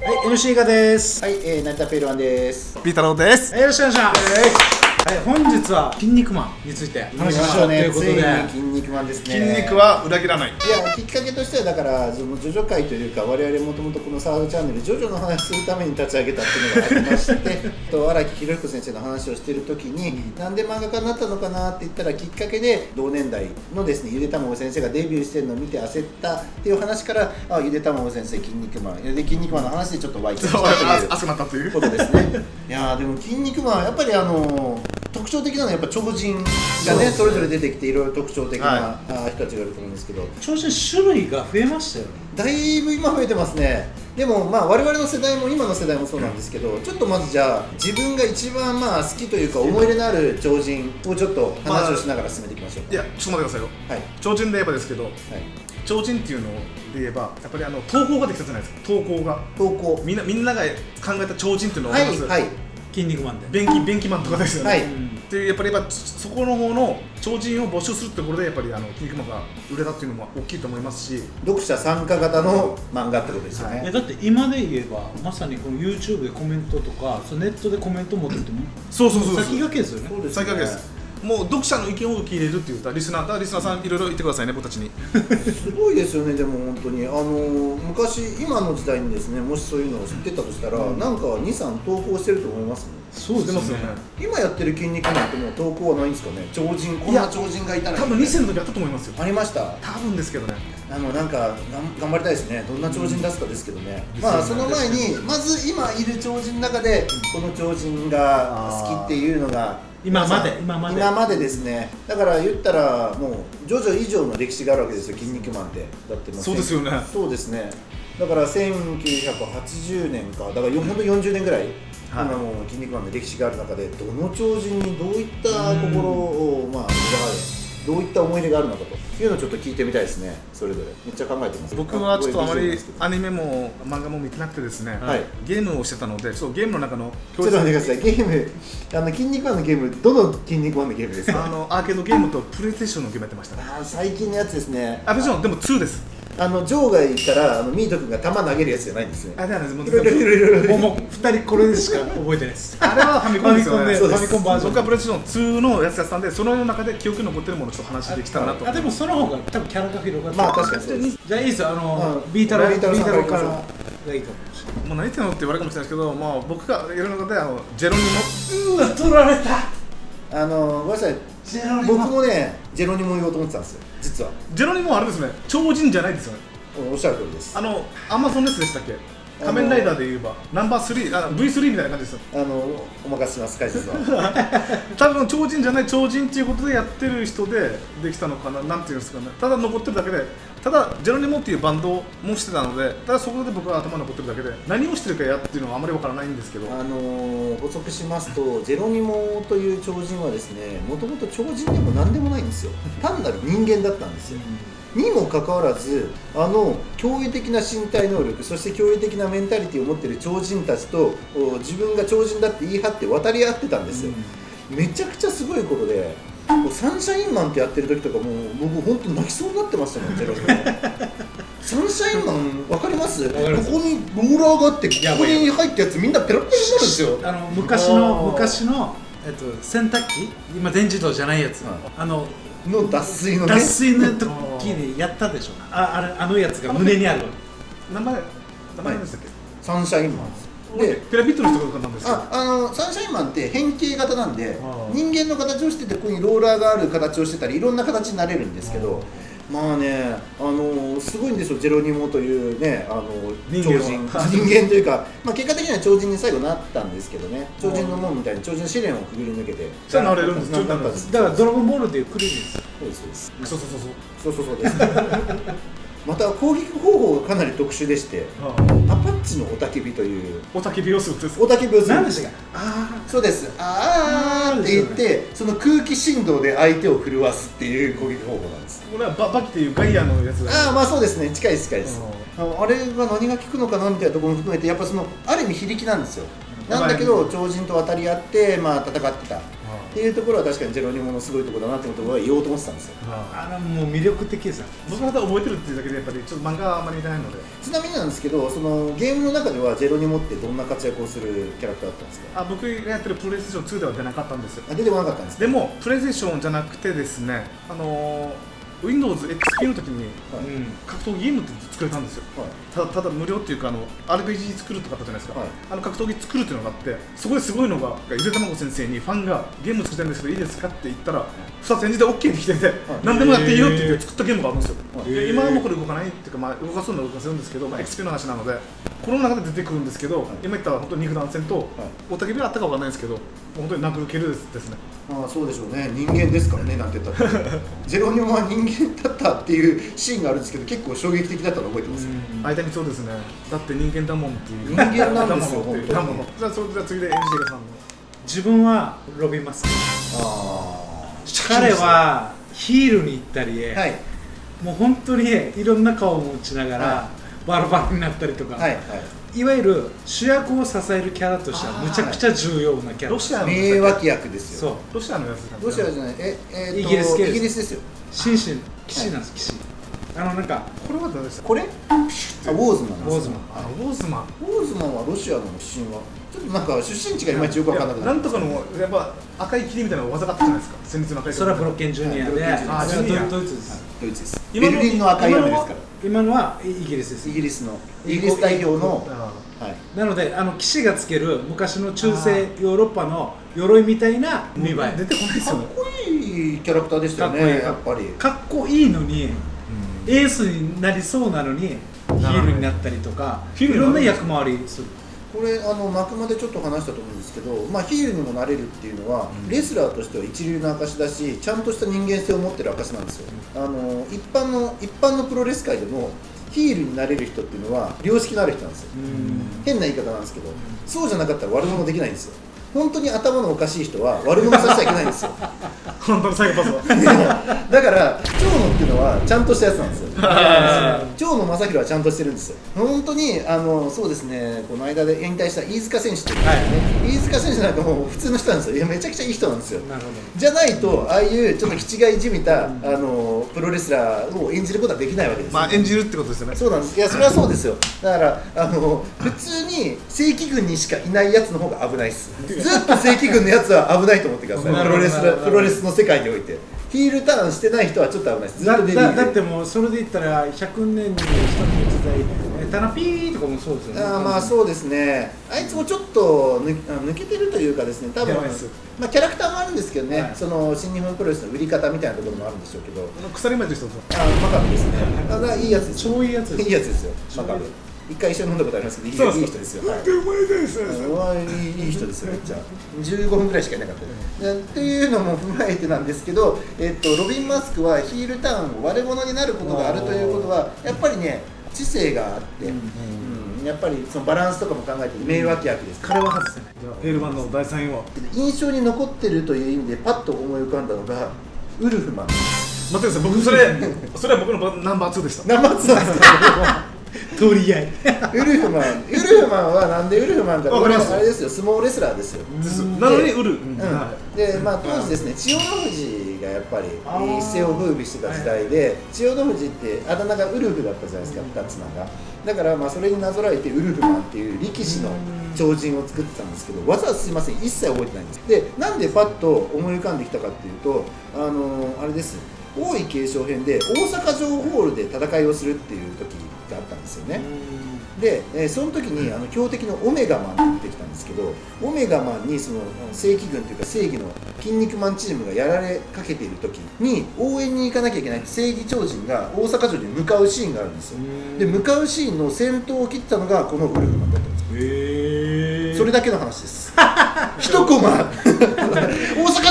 はい、MC がです。はい、えー、成田ペイルワンです。ピータローです。はい、よろしくお願いします。はい、本日は筋肉マンについて話しましょうということついで、に筋肉マンですね。筋肉。は裏切らない。いや、きっかけとしては、だから、そのジョジョ会というか、我々もともとこのサードチャンネル、ジョジョの話するために立ち上げたっていうのがありまして。と、荒木博彦先生の話をしている時に、なんで漫画家になったのかなって言ったら、きっかけで。同年代のですね、ゆでたまご先生がデビューしてるのを見て焦ったっていう話から、あ、ゆでたまご先生、筋肉マン、で、筋肉マンの話でちょっと湧いてきたという。熱くなったという。ことですね。 いやーでも筋肉マンやっぱりあのー特徴的なのはやっぱ超人がねそうそですねれぞれ出てきていろいろ特徴的な、はいあー人たちがいると思うんですけど、調子種類が増えましたよね。だいぶ今増えてますね。でもまあ我々の世代も今の世代もそうなんですけど、ちょっとまずじゃあ自分が一番まあ好きというか思い入れのある超人をちょっと話をしながら進めていきましょう。いや、ちょっと待ってくださいよ。はい超人で言えばですけど、はい。超人っていうので言えば、やっぱりあの投稿ができたじゃないですか。投稿が。投稿。みんなみんなが考えた超人っていうのをはいはい筋肉マンで。便器便器マンとかですよね。はっいうんていうやっぱりやっぱそそこの方の超人を募集するってことでやっぱりあの筋肉マンが売れたっていうのも大きいと思いますし、読者参加型の漫画ってことですよね。えだって今で言えばまさにこの YouTube でコメントとかそのネットでコメント持っててもそうそうそうそう。先駆けですよねそう最悪です。もう読者の意見を聞いれるっていうかリスナーだリスナーさんいろいろ言ってくださいね僕たちに。すごいですよねでも本当にあの昔今の時代にですねもしそういうのを知ってたとしたら、なんか23投稿してると思いますもんそしてますよね。今やってる筋肉マンってもう投稿はないんですかね超人こんな超人がいたら多分2000の時あったと思いますよ。ありました多分ですけどね。あのなんかがん頑張りたいですねどんな超人出すかですけどね、まあですそよねの前にまず今いる超人の中でこの超人が好きっていうのが今まで今今ままででですねだから言ったらもうジョジョ以上の歴史があるわけですよ筋肉マンってだってもそうですよねそうですねだから1980年かだからよほんと40年ぐらい、はい今もう筋肉マンの歴史がある中でどの超人にどういった心をまあ裏でどういった思い出があるのかというのをちょっと聞いてみたいですねそれぞれめっちゃ考えてます僕はちょっとあまりあアニメも漫画も見てなくてですね、はいゲームをしてたので、ちょっとゲームの中のちょっと待ってくださいゲームあの筋肉マンのゲームどの筋肉マンのゲーム ですかあのアーケードゲームとプレイステーションのゲームやってましたね。あー最近のやつですねあ、もちろん、でも2です。あの場外からあのミート君が球投げるやつじゃないんですね。あ、ではないです。もういろいろいろいろいもろうもう2人これしか覚えてないです あれはファミコンですよね。ファミコンでそうですファミコンバージョン僕はプレイステーション2のやつやってたんで、その中で記憶に残ってるものをちょっと話できたらなと。あでもその方が多分キャラが広がってまあ確かにそうですじゃあいいですよあの、うんビータロービータロービータローさかんかららがいいと思いますもう何言ってんのって言われるかもしれないですけど、まあ、僕がいろいろな方であのジェロニうわ取られたあのごめんなさい。ジェロニ僕モもねジェロニモ言おうと思ってたんですよ。実はモ。ジェロニモはあれですね、超人じゃないですよね。おっしゃる通りです。あの、アマゾンのやつでしたっけ仮面ライダーで言えば、ナンバー3、あ V3 みたいな感じですよ。あのお任せします解説は。多分超人じゃない超人っていうことでやってる人でできたのかななんていうんですかねただ残ってるだけでただジェロニモっていうバンドもしてたのでただそこで僕は頭に残ってるだけで何をしてるかやっていうのはあまりわからないんですけどあの補足しますとジェロニモという超人はですねもともと超人でも何でもないんですよ。単なる人間だったんですよ。にもかかわらずあの驚異的な身体能力そして驚異的なメンタリティを持っている超人たちとお自分が超人だって言い張って渡り合ってたんですよ、めちゃくちゃすごいことでもうサンシャインマンってやってる時とかもう僕本当泣きそうになってましたもんゼロサンシャインマン分かりますかりますここにローラーがあってここに入ったやつみんなペロッペロになるんですよあの昔のあー昔の、えっと、洗濯機今電自動じゃないやつ、はいあのの脱水のね脱水の時にやったでしょああれあのやつが胸にある名前名前何でしたっサンシャインマンけ、でピラミッドの人とかなんですけどああのサンシャインマンって変形型なんであー人間の形をしててここにローラーがある形をしてたりいろんな形になれるんですけどまあねあのすごいんですよジェロニモというねあの人超間は人人間というか、まあ、結果的には超人に最後なったんですけどね超人の門みたいに超人の試練をくぐり抜けてじゃあなれるんですななったんですだからドラゴンボールでいうクリリンですそうですそうですそうそうそうそそううそうそう ですまた攻撃方法がかなり特殊でしてアパッチのおたけびというおたけ美容室ですおたけびをする何んででしすたっけあそうですあーって言ってその空気振動で相手を震わすっていう攻撃方法なんですこれはババキっていうガイアのやつああがまあそうですね近いです近いですあのあれが何が効くのかなみたいなところも含めてやっぱそのある意味非力なんですよなんだけど超人と渡り合ってまあ戦ってたっていうところは確かにジェロニモのすごいところだなってことは言おうと思ってたんですよああらもう魅力的ですよ僕はただ覚えてるっていうだけでやっぱりちょっと漫画はあんまりいないのでちなみになんですけどそのゲームの中ではジェロニモってどんな活躍をするキャラクターだったんですかあ僕がやってるプレイステーション2では出なかったんですよあ出てこなかったんですかでもプレイステーションじゃなくてですねあのー Windows XP の時にはいうん格闘ゲームって作れたんですよはいただただ無料っていうかあの RPG 作るとかあったじゃないですか、はいあの格闘技作るっていうのがあってそこですごいのがゆでたまご先生にファンがゲーム作りたいんですけどいいですかって言ったら2つ返事で OK って来てて、何でもやっていいよって言って作ったゲームがあるんですよ、はいで今はもうこれ動かないっていうか、まあ、動かそうのは動かせるんですけど、まあ、XP の話なのでこの中で出てくるんですけど、今言った本当に肉弾戦と、おたけびはあったかわかんないですけどもう本当に殴る蹴るですですねまあそうでしょうね人間ですからねなんて言ったってジェロニモは人間だったっていうシーンがあるんですけど結構衝撃的だったの覚えてますよ、間にそうですねだって人間だもんっていう人間なんですよだもってい本当うにだもんじゃあそれじゃあ次でエンジェルさんの自分はロビン・マスクあ彼はヒールに行ったり、あはいもう本当にいろんな顔を持ちながら、はバラバラになったりとか、はいい、はわゆる主役を支えるキャラとしてはむちゃくちゃ重要なキャラロシいアの名脇役ですそうよロシアのやつなんロですシねアじゃないえ、えーとイギリス系ですイギリスですよシンシン騎士なんです騎士あのなんかこれは誰でしたこれあウォーズマンなんウォでーすズマよンあウォーズマンウォーズマンはロシアの出身はちょっとなんか出身地がいまいちよく分かんなくいなやっんとかのやっぱ赤い霧みたいな技があったじゃないですか先日の赤い霧それはブロッケンジュニアで、はいブロあッケンれジュニアはドドイツです、ドイツですベ今ルリンの赤い屋根ですか今ら今のはイギリスですイギリスのイギリス代表のあはいなのであの騎士がつける昔の中世ヨーロッパの鎧みたいな見栄もう出えてこないですかよっねこいいキャラクターでしたよねやっぱりかっこいいのに、エースになりそうなのにヒールになったりとかヒいールになろるんな役回りするこれあの幕までちょっと話したと思うんですけど、まあ、ヒールにもなれるっていうのは、レスラーとしては一流の証だしちゃんとした人間性を持ってる証なんですよ、あの一般の一般のプロレス界でもヒールになれる人っていうのは良識のある人なんですよ、うん変な言い方なんですけど、そうじゃなかったら悪者できないんですよ本当に頭のおかしい人は悪者させちゃいけないんですよ本当の最後パスはでもだから長野っていうのはちゃんとしたやつなんですよ長野正弘はちゃんとしてるんですよ本当にあのそうですねこの間で引退した飯塚選手っていうのはね、飯塚選手なんかもう普通の人なんですよいやめちゃくちゃいい人なんですよなるほどじゃないとああいうちょっと気違いじみた、あのプロレスラーを演じることはできないわけですよ、まあ演じるってことですよねそうなんですいやそれはそうですよだからあの普通に正規軍にしかいないやつの方が危ないですずっと正規軍のやつは危ないと思ってくださいなプるほロどレスなるラほどプロレスの世界においてヒールターンしてない人はちょっと危ないですずっだとデビだュだってーもうそれで言ったら100年に一人時代えータナピーとかもそうですよねあーまあそうですねあいつもちょっと抜あ抜けてるというかですね多分やばいっす、まあ、キャラクターもあるんですけどね、はいその新日本プロレスの売り方みたいなところもあるんでしょうけどあの鎖までしたとあーうまかったですねただいいやつです超いいやつですいいやつですよマカブ一回一緒に飲んだことありますけどいいやつそいうでいす人ですよ、はいお前ですいいいい人ですよ、めっちゃ。15分ぐらいしかいなかったよ、っていうのも踏まえてなんですけど、えっと、ロビン・マスクはヒールターンを悪者になることがあるということは、やっぱりね、知性があって、うんやっぱりそのバランスとかも考えて、名脇役です。彼は外せないじゃあヘルマンの第3位は印象に残ってるという意味で、パッと思い浮かんだのが、ウルフマン。待ってください僕それそれは僕のナンバー2でした生津なんですけとりあえず ど、ウルフマン、ウルフマンはなんでウルフマンか、わかりますあれですよ、相撲レスラーですよ。ですなのに売る、うんはうんでまあ、当時ですね千代の富士がやっぱりあー一世を風靡してた時代で千代の富士ってあだ名がウルフだったじゃないですか二つ名がだからまあそれになぞらえてウルフマンっていう力士の超人を作ってたんですけどわざわざすいません一切覚えてないんですでなんでパッと思い浮かんできたかっていうとあのーあれです王位継承編で大阪城ホールで戦いをするっていう時があったんですよね、で、えーその時にあの強敵のオメガマンって出てきたんですけどオメガマンにその正規軍というか正義の筋肉マンチームがやられかけている時に応援に行かなきゃいけない正義超人が大阪城に向かうシーンがあるんですよで向かうシーンの先頭を切ったのがこのウルフマンだったんですへえそれだけの話です 一コマ 大阪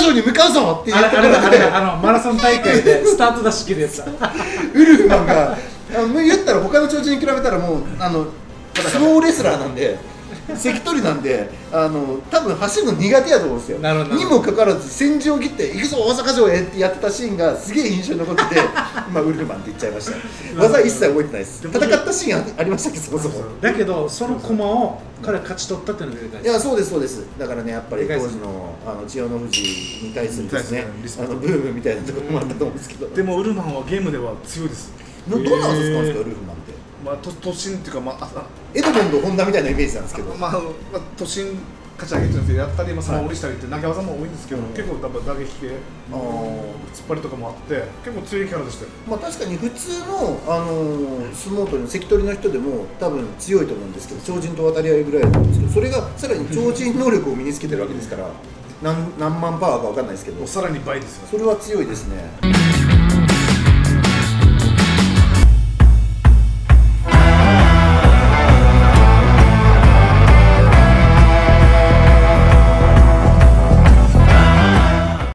城に向かうぞっていうあれとこあれだろあれでだあのマラソン大会でスタート出し切るやつだウルフマンがあの言ったら他の超人に比べたらもうあの相撲レスラーなんで関取なんであの多分走るの苦手やと思うんですよなるほどにもかかわらず戦場を切って「行くぞ大阪城へ」ってやってたシーンがすげえ印象に残 ってて今ウルフマンって言っちゃいました技一切覚えてないですで戦もったシーンあありましたっけそもそもだけどその駒を彼は勝ち取ったっていうのがでかいいやそうですそうですだからねやっぱり理解当する時のあの千代の富士に対するですねに対するあリスペクトのブームみたいなところもあったと思うんですけど、でもウルマンはゲームでは強いです、のどんな技使うんですかへウールフマンってまあ、と都心っていうか、まああエドモンドホンダみたいなイメージなんですけど、あ、まああのまあ、都心かち上げっていうんですけどやったり、まあ、そのはい降りしたりって投げ技も多いんですけど、うん結構多分打撃系突っあー張りとかもあって結構強いキャラでしたよまあ、確かに普通の、あのー相撲取りの関取の人でも多分強いと思うんですけど超人と渡り合いぐらいなんですけどそれがさらに超人能力を身につけてるわけですから何何万パワーか分かんないですけどもうさらに倍ですよそれは強いですね